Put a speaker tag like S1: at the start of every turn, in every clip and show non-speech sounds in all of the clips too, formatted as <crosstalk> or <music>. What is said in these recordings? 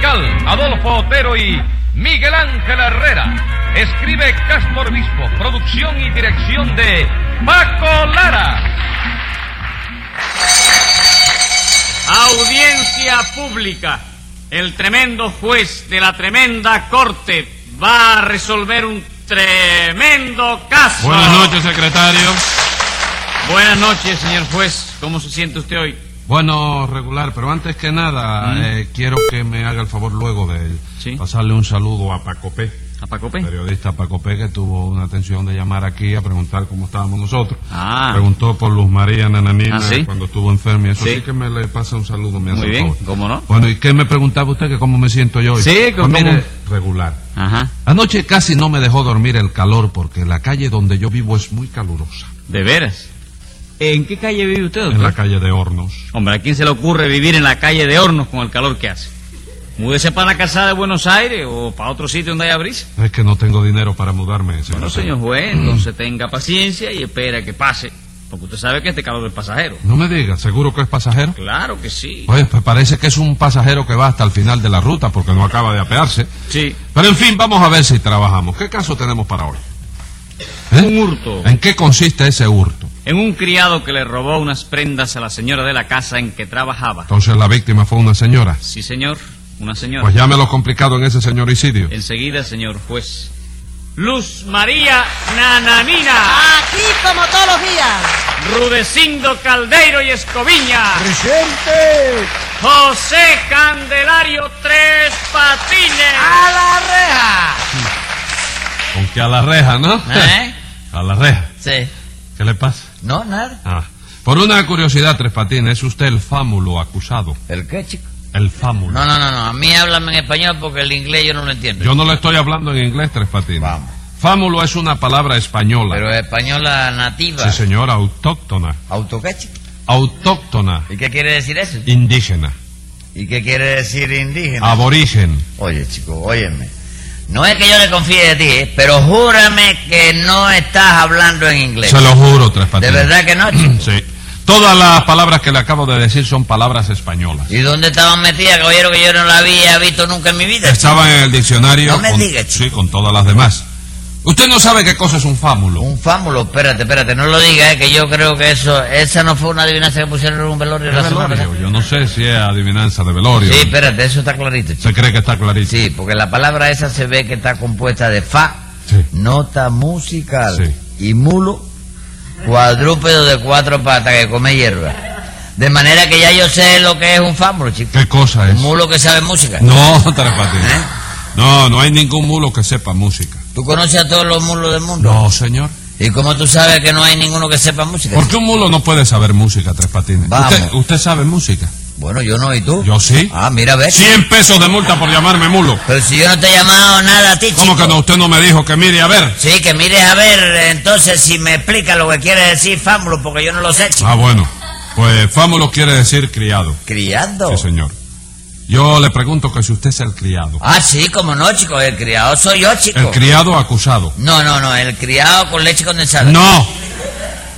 S1: Cal, Adolfo Otero y Miguel Ángel Herrera. Escribe Castro Obispo, producción y dirección de Paco Lara.
S2: Audiencia pública. El tremendo juez de la tremenda corte va a resolver un tremendo caso.
S3: Buenas noches, secretario.
S2: Buenas noches, señor juez. ¿Cómo se siente usted hoy?
S3: Bueno, regular, pero antes que nada, eh, quiero que me haga el favor luego de
S2: Sí.
S3: pasarle un saludo a Pacopé,
S2: ¿A Pacope?
S3: periodista Pacopé, que tuvo una atención de llamar aquí a preguntar cómo estábamos nosotros.
S2: Ah.
S3: Preguntó por Luz María Nananina
S2: Ah, ¿sí?
S3: cuando estuvo enferma y eso.
S2: Sí.
S3: Sí. que me le pasa un saludo, me hace
S2: Muy
S3: el
S2: bien,
S3: favor.
S2: ¿cómo no?
S3: Bueno, ¿y qué me preguntaba usted que cómo me siento yo hoy?
S2: Sí,
S3: Pues
S2: ¿cómo?
S3: mire, regular.
S2: Ajá.
S3: Anoche casi no me dejó dormir el calor porque la calle donde yo vivo es muy calurosa.
S2: ¿De veras? ¿En qué calle vive usted, doctor?
S3: En la calle de Hornos.
S2: Hombre, ¿a quién se le ocurre vivir en la calle de Hornos con el calor que hace? Múdese para la casa de Buenos Aires o para otro sitio donde haya brisa.
S3: Es que no tengo dinero para mudarme, señor.
S2: Bueno, señor juez, entonces tenga paciencia y espera que pase. Porque usted sabe que este calor es pasajero.
S3: No me diga, ¿seguro que es pasajero?
S2: Claro que sí.
S3: Oye, pues parece que es un pasajero que va hasta el final de la ruta porque no acaba de apearse.
S2: Sí.
S3: Pero en fin, vamos a ver si trabajamos. ¿Qué caso tenemos para hoy? ¿Eh?
S2: Un hurto.
S3: ¿En qué consiste ese hurto?
S2: En un criado que le robó unas prendas a la señora de la casa en que trabajaba.
S3: Entonces la víctima fue una señora.
S2: Sí, señor. Una señora.
S3: Pues llámelo complicado en ese señoricidio.
S2: Enseguida, señor juez. Luz María Nananina,
S4: Aquí como todos los días.
S2: Rudecindo Caldeiro y Escoviña,
S5: ¡Presente!
S2: José Candelario Tres Patines.
S4: A la reja.
S3: Aunque a la reja, ¿no?
S4: ¿Eh?
S3: <laughs> A la reja.
S4: <laughs> Sí.
S3: ¿Qué le pasa?
S4: No, nada.
S3: Ah. Por una curiosidad, Tres Patines, es usted el fámulo acusado.
S4: ¿El qué, chico?
S3: El fámulo.
S4: No, no, no, no. A mí háblame en español porque el inglés yo no lo entiendo.
S3: Yo no le estoy hablando en inglés, Tres Patines.
S4: Vamos.
S3: Fámulo es una palabra española.
S4: Pero española nativa.
S3: Sí, señora, autóctona.
S4: ¿Auto qué, chico?
S3: Autóctona,
S4: ¿Y qué quiere decir eso?
S3: indígena,
S4: ¿Y qué quiere decir
S3: Ah,
S4: indígena?
S3: aborigen.
S4: Oye, chico, óyeme. No es que yo le confíe de ti, ¿eh? pero júrame que no estás hablando en inglés.
S3: Se lo juro, Tres
S4: ¿De
S3: Patines.
S4: verdad que no, chico?
S3: <clears throat> Sí. Todas las palabras que le acabo de decir son palabras españolas.
S4: ¿Y dónde estaban metidas, caballero, que yo no la había visto nunca en mi vida?
S3: Estaban en el diccionario.
S4: No me
S3: con-
S4: diga, chico.
S3: Sí, con todas las demás. Usted no sabe qué cosa es un fámulo.
S4: Un fámulo, espérate, espérate, no lo digas, eh, que yo creo que eso, esa no fue una adivinanza que pusieron en un velorio la semana pasada.
S3: Yo no sé si es adivinanza de velorio.
S4: Sí, espérate, eso está clarito. chico.
S3: Se cree que está clarísimo.
S4: Sí, porque la palabra esa se ve que está compuesta de fa,
S3: Sí.
S4: nota musical
S3: Sí.
S4: y mulo, cuadrúpedo de cuatro patas que come hierba. De manera que ya yo sé lo que es un fámulo, chico.
S3: ¿Qué cosa es?
S4: Un mulo que sabe música. <laughs>
S3: No, Tres Patines.
S4: ¿Eh?
S3: No, no hay ningún mulo que sepa música.
S4: ¿Tú conoces a todos los mulos del mundo?
S3: No, señor.
S4: ¿Y cómo tú sabes que no hay ninguno que sepa música?
S3: Porque un mulo no puede saber música, Tres Patines?
S4: Vamos.
S3: ¿Usted, usted sabe música?
S4: Bueno, yo no, ¿y tú?
S3: Yo sí.
S4: Ah, mira, ves.
S3: 100 pesos de multa por llamarme mulo.
S4: Pero si yo no te he llamado nada a ti,
S3: ¿Cómo
S4: chico.
S3: que no? Usted no me dijo que mire, a ver.
S4: Sí, que mires a ver, entonces, si me explica lo que quiere decir fámulo, porque yo no lo sé, chico.
S3: Ah, bueno. Pues fámulo quiere decir criado.
S4: ¿Criando?
S3: Sí, señor. Yo le pregunto que si usted es el criado.
S4: Ah, sí, como no, chico, el criado soy yo, chico.
S3: El criado acusado.
S4: No, no, no, el criado con leche condensada.
S3: No.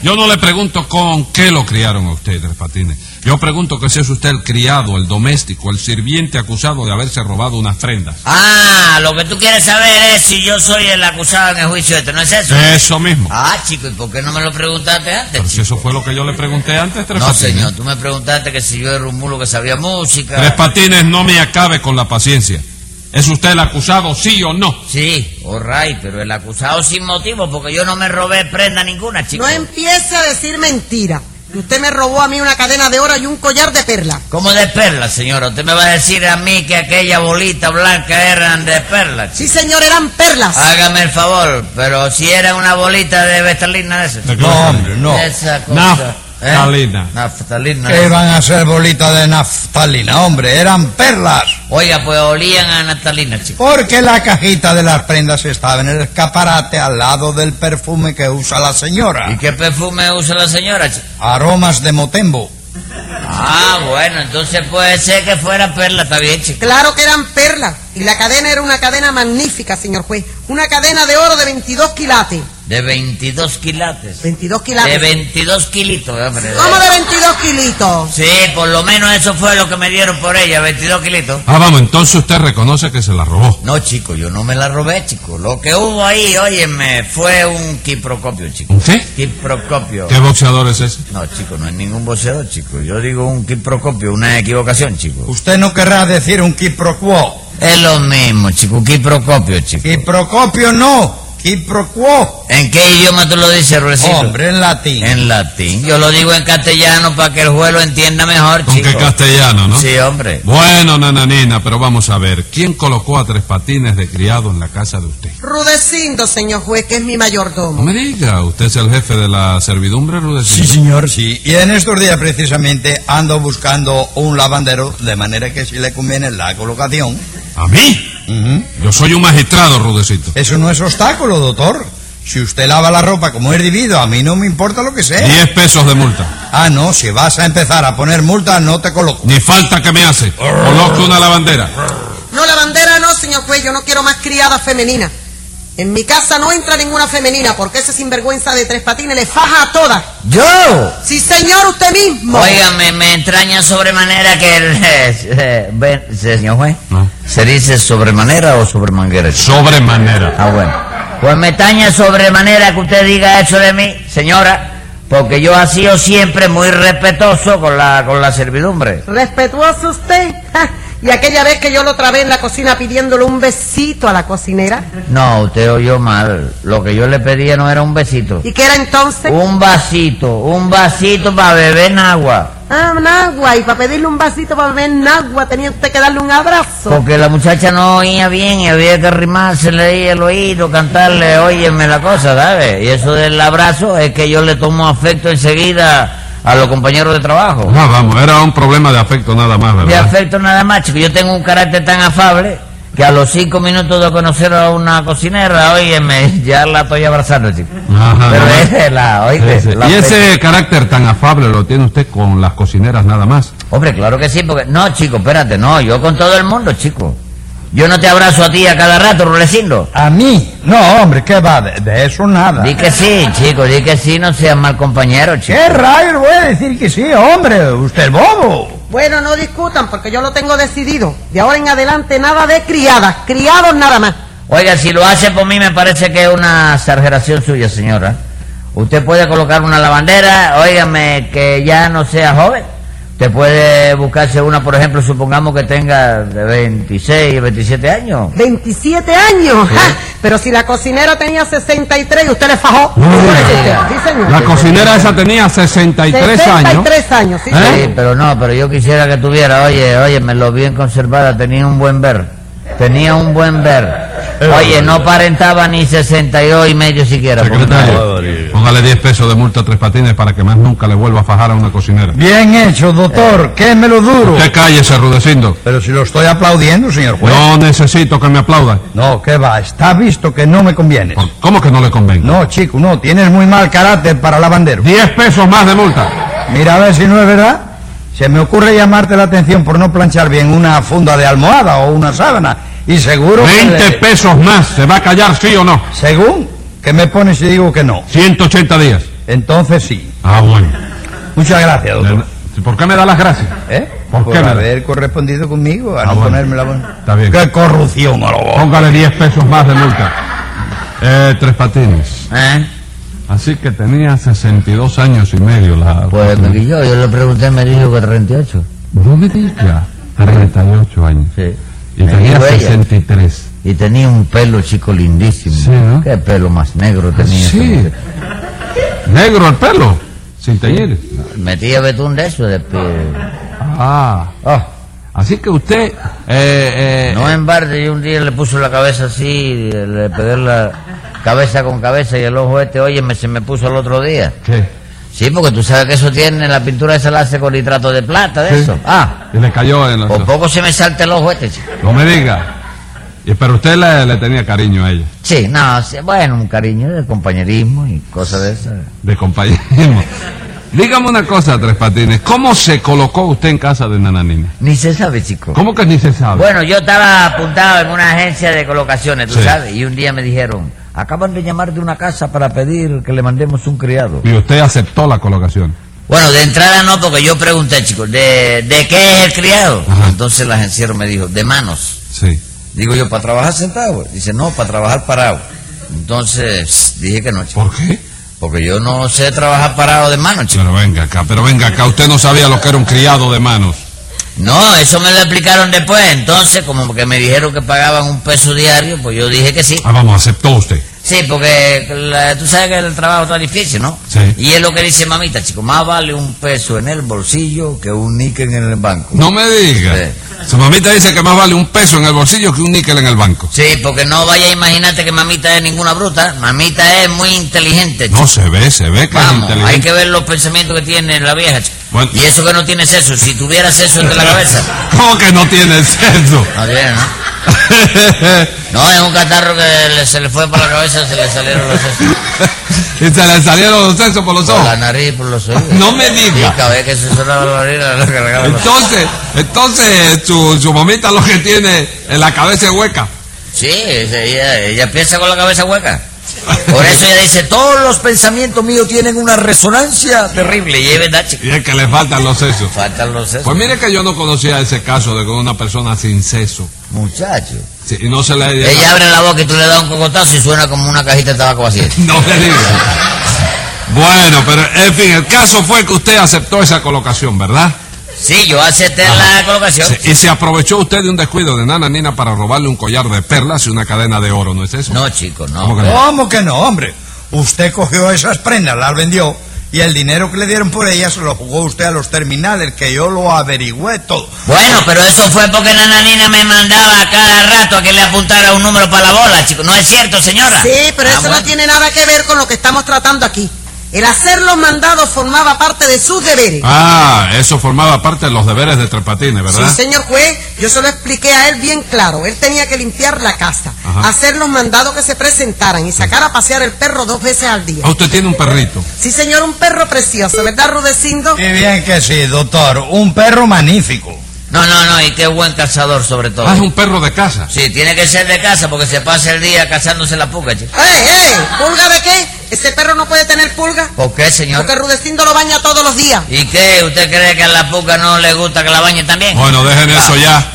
S3: Yo no le pregunto con qué lo criaron a usted, Tres Patines. Yo pregunto que si es usted el criado, el doméstico, el sirviente acusado de haberse robado unas prendas.
S4: Ah, lo que tú quieres saber es si yo soy el acusado en el juicio este, ¿no es eso?
S3: Eso mismo.
S4: Ah, chico, ¿y por qué no me lo preguntaste antes?
S3: Eh. Pero ¿eh? si eso fue lo que yo le pregunté antes, Tres
S4: No,
S3: Patines.
S4: señor, tú me preguntaste que si yo era un mulo que sabía
S3: Tres
S4: música.
S3: Patines, no me acabe con la paciencia. ¿Es usted el acusado, sí o no?
S4: Sí, all right, pero el acusado sin motivo, porque yo no me robé prenda ninguna, chico.
S6: No empiece a decir mentira. Que usted me robó a mí una cadena de oro y un collar de perla.
S4: ¿Cómo de perlas, señora? ¿Usted me va a decir a mí que aquella bolita blanca eran de perlas?
S6: Sí, señor, eran perlas.
S4: Hágame el favor, pero si era una bolita de vestalina esa.
S3: ¿De qué No, hombre, no.
S4: Esa cosa, ¿eh?
S3: Naftalina.
S4: Naftalina.
S5: ¿Qué van a ser bolitas de naftalina? Hombre, eran perlas.
S4: Oiga, pues olían a naftalina, chico.
S5: Porque la cajita de las prendas estaba en el escaparate al lado del perfume que usa la
S4: ¿Y
S5: señora.
S4: qué perfume usa la señora, chico?
S5: Aromas de motembo.
S4: Ah, bueno, entonces puede ser que fuera perla, está bien, chico.
S6: Claro que eran perlas. Y la cadena era una cadena magnífica, señor juez. Una cadena de oro de 22 quilates.
S4: De 22 quilates.
S6: 22 quilates.
S4: De 22 kilitos. hombre.
S6: ¿Cómo de 22 kilitos?
S4: Sí, por lo menos eso fue lo que me dieron por ella, 22 kilitos.
S3: Ah, vamos, entonces usted reconoce que se la robó.
S4: No, chico, yo no me la robé, chico. Lo que hubo ahí, óyeme, fue un quiprocopio, chico.
S3: ¿Un qué?
S4: Quiprocopio.
S3: ¿Qué boxeador es ese?
S4: No, chico, no es ningún boceador, chico. Yo digo un quiprocopio, una equivocación, chico.
S5: Usted no querrá decir un quiproquo.
S4: Es lo mismo, chico, un quiprocopio, chico.
S5: Quiprocopio no, quiproquo.
S4: ¿En qué idioma tú lo dices, Ruecito?
S5: Hombre, en latín.
S4: En latín. Yo lo digo en castellano para que el juez lo entienda mejor,
S3: ¿Con
S4: chico.
S3: qué castellano, no?
S4: Sí, hombre.
S3: Bueno, nananina, pero vamos a ver. ¿Quién colocó a tres patines de criado en la casa de usted?
S6: Rudecindo, señor juez, que es mi
S3: No
S6: mayordomo.
S3: me diga, usted es el jefe de la servidumbre, Rudecindo.
S5: señor. Sí, y en estos días precisamente ando buscando un lavandero, de manera que si le conviene la colocación.
S3: ¿A mí?
S5: Ujú.
S3: Yo soy un magistrado, Rudecito.
S5: Eso no es obstáculo, doctor. Si usted lava la ropa como es debido, a mí no me importa lo que sea.
S3: Diez pesos de multa.
S5: Ah, no, si vas a empezar a poner multa, no te coloco.
S3: Ni falta que me hace. Coloco una lavandera.
S6: No, la bandera no, señor juez, yo no quiero más criada femenina. En mi casa no entra ninguna femenina porque ese sinvergüenza de tres patines le faja a todas.
S4: ¡Yo!
S6: Sí, señor, usted mismo.
S4: Óigame, me entraña sobremanera que el... <laughs> eh, eh, ven, señor juez.
S3: No.
S4: ¿Se dice sobremanera o sobremanguera? chico?
S3: Sobremanera.
S4: Ah, bueno. Pues me taña sobremanera que usted diga eso de mí, señora, porque yo ha sido siempre muy respetuoso con la, con la servidumbre.
S6: Respetuoso usted. Ja, Y aquella vez que yo lo trabé en la cocina pidiéndole un besito a la cocinera.
S4: No, usted oyó mal. Lo que yo le pedía no era un besito.
S6: ¿Y qué era entonces?
S3: Oh.
S4: Un vasito, un vasito para beber en agua.
S6: Ah, un agua. Y para pedirle un vasito para beber en agua tenía usted que darle un
S3: Oh.
S6: abrazo.
S4: Porque la muchacha no oía bien y había que arrimársele ahí el oído, cantarle, óyeme la cosa, ¿sabes? Y eso del abrazo es que yo le tomo afecto enseguida a los compañeros de trabajo.
S3: Ah, vamos, era un problema de afecto nada más,
S4: de
S3: ¿verdad?
S4: afecto nada más, chico. Yo tengo un carácter tan afable que a los cinco minutos de conocer a una cocinera, óyeme, <laughs> ya la estoy abrazando, chico.
S3: Ajá,
S4: Pero
S3: ajá.
S4: es de la, oíste,
S3: Ese-
S4: la
S3: Y
S4: afecto.
S3: ese carácter tan afable lo tiene usted con las cocineras nada más.
S4: Hombre, claro que sí, porque... No, chico, espérate, no, yo con todo el mundo, chico. Yo no te abrazo a ti a cada rato, Rulecindo.
S5: ¿A mí? No, hombre, ¿qué va? De, de eso
S3: Ah.
S5: nada.
S4: Di que sí, chico, di que sí, no seas mal compañero, chico.
S5: ¿Qué rayos voy a decir que sí, hombre? Usted es bobo.
S6: Bueno, no discutan porque yo lo tengo decidido. De ahora en adelante nada de criadas, criados nada más.
S4: Oiga, si lo hace por mí me parece que es una exageración suya, señora. Usted puede colocar una lavandera, óigame, que ya no sea joven. Usted puede buscarse una, por ejemplo, supongamos que tenga de 26, 27 años.
S6: ¿Eh? 27
S3: Oh.
S6: años. Ja, Pero si la cocinera tenía 63 y usted le fajó.
S3: No,
S6: ¿qué puede
S3: no.
S6: decir? Sí, señor.
S3: Oh. La cocinera esa tenía 63 años.
S6: 63 años, sí.
S3: ¿Eh?
S4: Sí, pero no, pero yo quisiera que tuviera, oye, oye, me lo bien conservada, tenía un buen ver, tenía un buen ver. Oye, no parentaba ni 62 y medio siquiera. porque-
S3: Secretario, póngale 10 pesos de multa a tres patines para que más nunca le vuelva a fajar a una cocinera.
S5: Bien hecho, doctor. Quémelo duro.
S3: Usted cállese, Rudecindo.
S5: Pero si lo estoy aplaudiendo, señor juez.
S3: No necesito que me aplauda.
S5: No, ¿qué va? Está visto que no me conviene.
S3: Por- ¿Cómo que no le convenga?
S5: No, chico, no. Tienes muy mal carácter para lavandero.
S3: 10 pesos más de multa.
S5: Mira a ver si no es verdad. Se me ocurre llamarte la atención por no planchar bien una funda de almohada o una sábana. Y seguro que...
S3: 20 pesos más. ¿Se va a callar sí o no?
S5: Según que me pones y digo que no.
S3: 180 días.
S5: Entonces sí.
S3: Ah, bueno.
S5: Muchas gracias, doctor.
S3: ¿Por qué me da las gracias?
S5: ¿Eh?
S3: ¿Por
S5: Por,
S3: qué no?
S5: haber correspondido conmigo, a
S3: Ah,
S5: no
S3: bueno.
S5: ponerme la buena.
S3: Está bien.
S5: ¡Qué corrupción, a lo bo-
S3: Póngale 10 pesos más de multa. Eh, tres patines.
S4: ¿Eh?
S3: Así que tenía 62 años y medio la...
S4: Pues me quilló, yo le pregunté, me dijo que 38.
S3: No me diga. 38 años.
S4: Sí.
S3: Y
S4: Me
S3: tenía
S4: dijo ella.
S3: 63.
S4: Y tenía un pelo chico lindísimo.
S3: Sí, ¿no? Ah,
S4: Qué pelo más negro tenía. esa
S3: Sí.
S4: mujer.
S3: Negro el pelo. Sin talleres.
S4: Metía betún de eso de pe-
S3: Ah.
S4: Oh,
S3: Así que usted... eh, eh,
S4: No en barde, yo un día le puso la cabeza así, le pegué la cabeza con cabeza y el ojo este, oye, me, se me puso el otro día.
S3: ¿qué?
S4: Sí, porque tú sabes que eso tiene, la pintura esa la hace con nitrato de plata, de
S3: Sí.
S4: eso. Ah,
S3: Y le cayó en la...
S4: por poco se me salta el ojo este, chico.
S3: No me diga. Y- Pero usted le, le tenía cariño a ella.
S4: Sí, no, sí, bueno, un cariño de compañerismo y cosas de esas.
S3: De compañerismo. Dígame una cosa, Tres Patines. ¿Cómo se colocó usted en casa de Nananina?
S4: Ni se sabe, chico.
S3: ¿Cómo que ni se sabe?
S4: Bueno, yo estaba apuntado en una agencia de colocaciones, tú
S3: Sí.
S4: sabes, y un día me dijeron, acaban de llamar de una casa para pedir que le mandemos un criado.
S3: Y usted aceptó la colocación.
S4: Bueno, de entrada no, porque yo pregunté, chicos, ¿de, de qué es el criado?
S3: Ajá.
S4: Entonces el agenciero me dijo, de manos.
S3: Sí.
S4: Digo yo, ¿para trabajar sentado? Dice, no, para trabajar parado. Entonces dije que no, chico,
S3: ¿Por qué?
S4: porque yo no sé trabajar parado de manos, chico.
S3: Pero venga acá, pero venga acá. Usted no sabía lo que era un criado de manos.
S4: No, eso me lo explicaron después. Entonces, como que me dijeron que pagaban un peso diario, pues yo dije que sí.
S3: Ah, vamos, aceptó usted.
S4: Sí, porque la- tú sabes que el trabajo está difícil, ¿no?
S3: Sí.
S4: Y es lo que dice mamita, chico, más vale un peso en el bolsillo que un níquel en el banco.
S3: No me diga. Su mamita dice que más vale un peso en el bolsillo que un níquel en el banco.
S4: Sí, porque no vaya a imaginarte que mamita es ninguna bruta. Mamita es muy inteligente, chico.
S3: No se ve, se ve que es
S4: Vamos,
S3: inteligente.
S4: hay que ver los pensamientos que tiene la vieja, chico.
S3: Bueno.
S4: Y eso que no tiene sexo, si tuviera sexo de la
S3: <laughs>
S4: cabeza.
S3: ¿Cómo que no tiene sexo? <laughs>
S4: No tiene, ¿no? No, es un catarro que le- se le fue para la cabeza, se le salieron los sesos.
S3: y se le salieron los sexos por los
S4: Por la
S3: ojos.
S4: nariz y por los oídos.
S3: No me diga.
S4: Sí, cada vez que se sonaba la nariz, la- la- la- la- la-
S3: Entonces, entonces su, su mamita lo que tiene en la cabeza es hueca.
S4: Sí, ella, ella piensa con la cabeza hueca. Por eso ella dice, todos los pensamientos míos tienen una resonancia terrible. Y es verdad, chico.
S3: Y es que le faltan los sesos.
S4: Faltan los sesos.
S3: Pues mire que yo no conocía ese caso de que una persona sin seso.
S4: Muchacho.
S3: sí, y no se le...
S4: Ella abre la boca y tú le das un cocotazo y suena como una cajita de tabaco vacía.
S3: No me diga. Bueno, pero en fin, el caso fue que usted aceptó esa colocación, ¿verdad?
S4: Sí, yo acepté la colocación.
S3: Se- Y se aprovechó usted de un descuido de Nana Nina para robarle un collar de perlas y una cadena de oro, ¿no es eso?
S4: No, chico,
S3: ¿Cómo que
S4: no.
S3: no?
S5: ¿Cómo que no, hombre? Usted cogió esas prendas, las vendió y el dinero que le dieron por ellas se lo jugó usted a los terminales, que yo lo averigüé todo.
S4: Bueno, pero eso fue porque Nananina me mandaba a cada rato a que le apuntara un número para la bola, chico. ¿No es cierto, señora?
S6: Sí, pero
S4: Ah,
S6: eso
S4: bueno.
S6: no tiene nada que ver con lo que estamos tratando aquí. El hacer los mandados formaba parte de sus deberes.
S3: Ah, eso formaba parte de los deberes de Trepatine, ¿verdad?
S6: Sí, señor juez, yo se lo expliqué a él bien claro. Él tenía que limpiar la casa,
S3: Ajá.
S6: hacer los mandados que se presentaran y sacar a pasear el perro dos veces al día.
S4: Oh.
S3: Ah, usted tiene un perrito.
S6: Sí, señor, un perro precioso, ¿verdad, Rudecindo?
S4: Eh.
S5: Qué bien que sí, doctor. Un perro magnífico.
S4: No, no, no, y qué buen cazador sobre todo.
S3: Ah, es un perro de casa.
S4: Sí, tiene que ser de casa porque se pasa el día cazándose la puca, chico.
S6: ¡Eh, eh! ¿Pulga de qué? ¿Ese perro no puede tener pulga?
S4: ¿Por qué, señor?
S6: Porque Rudecindo lo baña todos los días.
S4: ¿Y qué? ¿Usted cree que a la puca no le gusta que la bañen también?
S3: Bueno, dejen
S4: Ah.
S3: eso ya.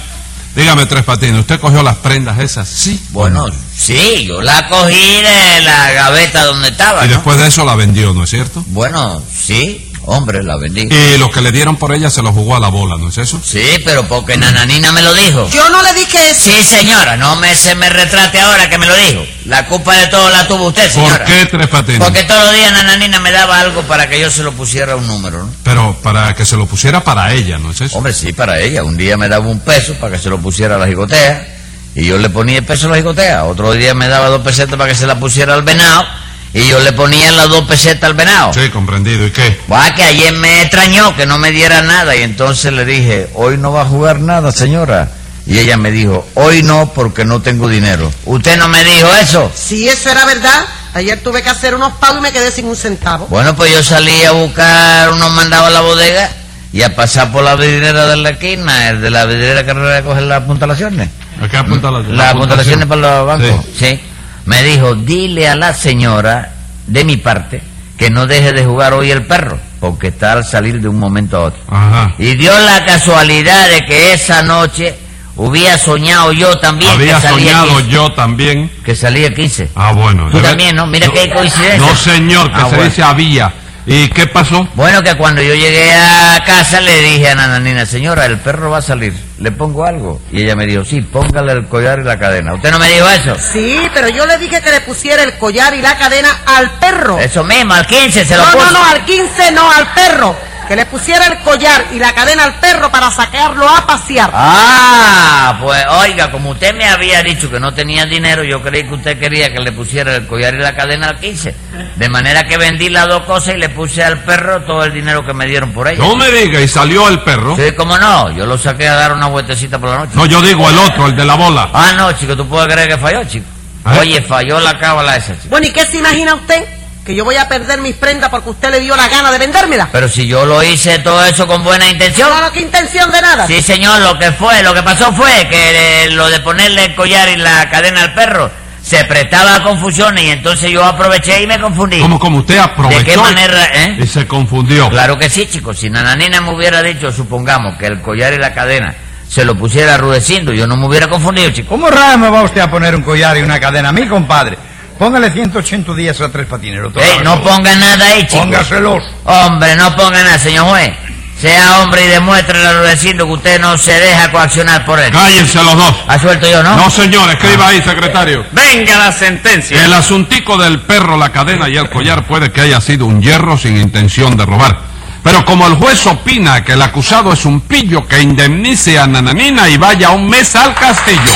S3: Dígame, Tres Patines, ¿usted cogió las prendas esas? Sí.
S4: Bueno, sí, yo la cogí de la gaveta donde estaba,
S3: Y
S4: ¿no?
S3: después de eso la vendió, ¿no es cierto?
S4: Bueno, sí, hombre, la vendí.
S3: Y lo que le dieron por ella se lo jugó a la bola, ¿no es eso?
S4: Sí, pero porque Nananina me lo dijo.
S6: Yo no le dije eso.
S4: Sí, señora, no me se me retrate ahora que me lo dijo. La culpa de todo la tuvo usted,
S3: ¿Por
S4: señora.
S3: qué Tres Patines?
S4: Porque todos los días Nananina me daba algo para que yo se lo pusiera un número, ¿no?
S3: Pero para que se lo pusiera para ella, ¿no es eso?
S4: Hombre, sí, para ella. Un día me daba un peso para que se lo pusiera a la jigotea y yo le ponía el peso a la jigotea. Otro día me daba dos pesetas para que se la pusiera al venado y yo le ponía las dos pesetas al venado.
S3: Sí, comprendido. ¿Y qué?
S4: Va, que ayer me extrañó que no me diera nada y entonces le dije, hoy no va a jugar nada, señora. Y ella me dijo, hoy no porque no tengo dinero. ¿Usted no me dijo eso?
S6: Si eso era verdad, ayer tuve que hacer unos pagos y me quedé sin un centavo.
S4: Bueno, pues yo salí a buscar unos mandados a la bodega y a pasar por la vidriera de la esquina, el de la vidriera que recoge las puntalaciones.
S3: ¿A
S4: Mm.
S3: qué apunta la,
S4: Las apuntalaciones para los bancos.
S3: Sí.
S4: Sí. Me dijo, dile a la señora, de mi parte, que no deje de jugar hoy el perro, porque está al salir de un momento a otro.
S3: Ajá.
S4: Y dio la casualidad de que esa noche hubiera soñado yo también
S3: Había
S4: que salía
S3: soñado
S4: 15.
S3: yo también.
S4: Que salía 15.
S3: Ah, bueno.
S4: Tú
S3: debe-
S4: también, ¿no? Mira qué coincidencia.
S3: No, señor, que
S4: Ah,
S3: se
S4: bueno.
S3: dice había. ¿Y qué pasó?
S4: Bueno, que cuando yo llegué a casa le dije a Nananina, señora, el perro va a salir, le pongo algo. Y ella me dijo, sí, póngale el collar y la cadena. ¿Usted no me dijo eso?
S6: Sí, pero yo le dije que le pusiera el collar y la cadena al perro.
S4: Eso mismo, al 15 se lo
S6: no,
S4: puso.
S6: no, no, al 15 no, al perro. Que le pusiera el collar y la cadena al perro para sacarlo a pasear.
S4: Ah, pues oiga, como usted me había dicho que no tenía dinero, yo creí que usted quería que le pusiera el collar y la cadena al 15. De manera que vendí las dos cosas y le puse al perro todo el dinero que me dieron por ella.
S3: No me diga, y salió el perro.
S4: Sí, cómo no, yo lo saqué a dar una vueltecita por la noche.
S3: No, yo digo el otro, el de la bola.
S4: Ah, no, chico, tú puedes creer que falló, chico.
S3: ¿Eh?
S4: Oye, falló la cábala esa, chico.
S6: Bueno, ¿y qué se imagina usted? Que yo voy a perder mis prendas porque usted le dio la gana de vendérmelas.
S4: Pero si yo lo hice todo eso con buena intención.
S6: No, no, qué intención de nada.
S4: Sí, señor, lo que fue, lo que pasó fue que eh, lo de ponerle el collar y la cadena al perro se prestaba a confusión y entonces yo aproveché y me confundí.
S3: ¿Cómo, cómo usted aprovechó?
S4: ¿De qué manera, eh?
S3: Y se confundió.
S4: Claro que sí, chicos. Si Nananina me hubiera dicho, supongamos, que el collar y la cadena se lo pusiera a Rudecindo, yo no me hubiera confundido, chicos.
S5: ¿Cómo raro me va usted a poner un collar y una cadena a mí, compadre? Póngale 180 días a tres patineros.
S4: Ey, no ponga nada ahí, chicos.
S5: Póngaselos.
S4: Hombre, no ponga nada, señor juez. Sea hombre y demuéstrele a Rudecindo que usted no se deja coaccionar por él.
S3: Cállense los dos.
S4: Ha suelto yo, ¿no?
S3: No, señor, escriba ahí, secretario.
S2: Venga la sentencia.
S3: El asuntico del perro, la cadena y el collar puede que haya sido un hierro sin intención de robar. Pero como el juez opina que el acusado es un pillo que indemnice a Nananina y vaya un mes al castillo.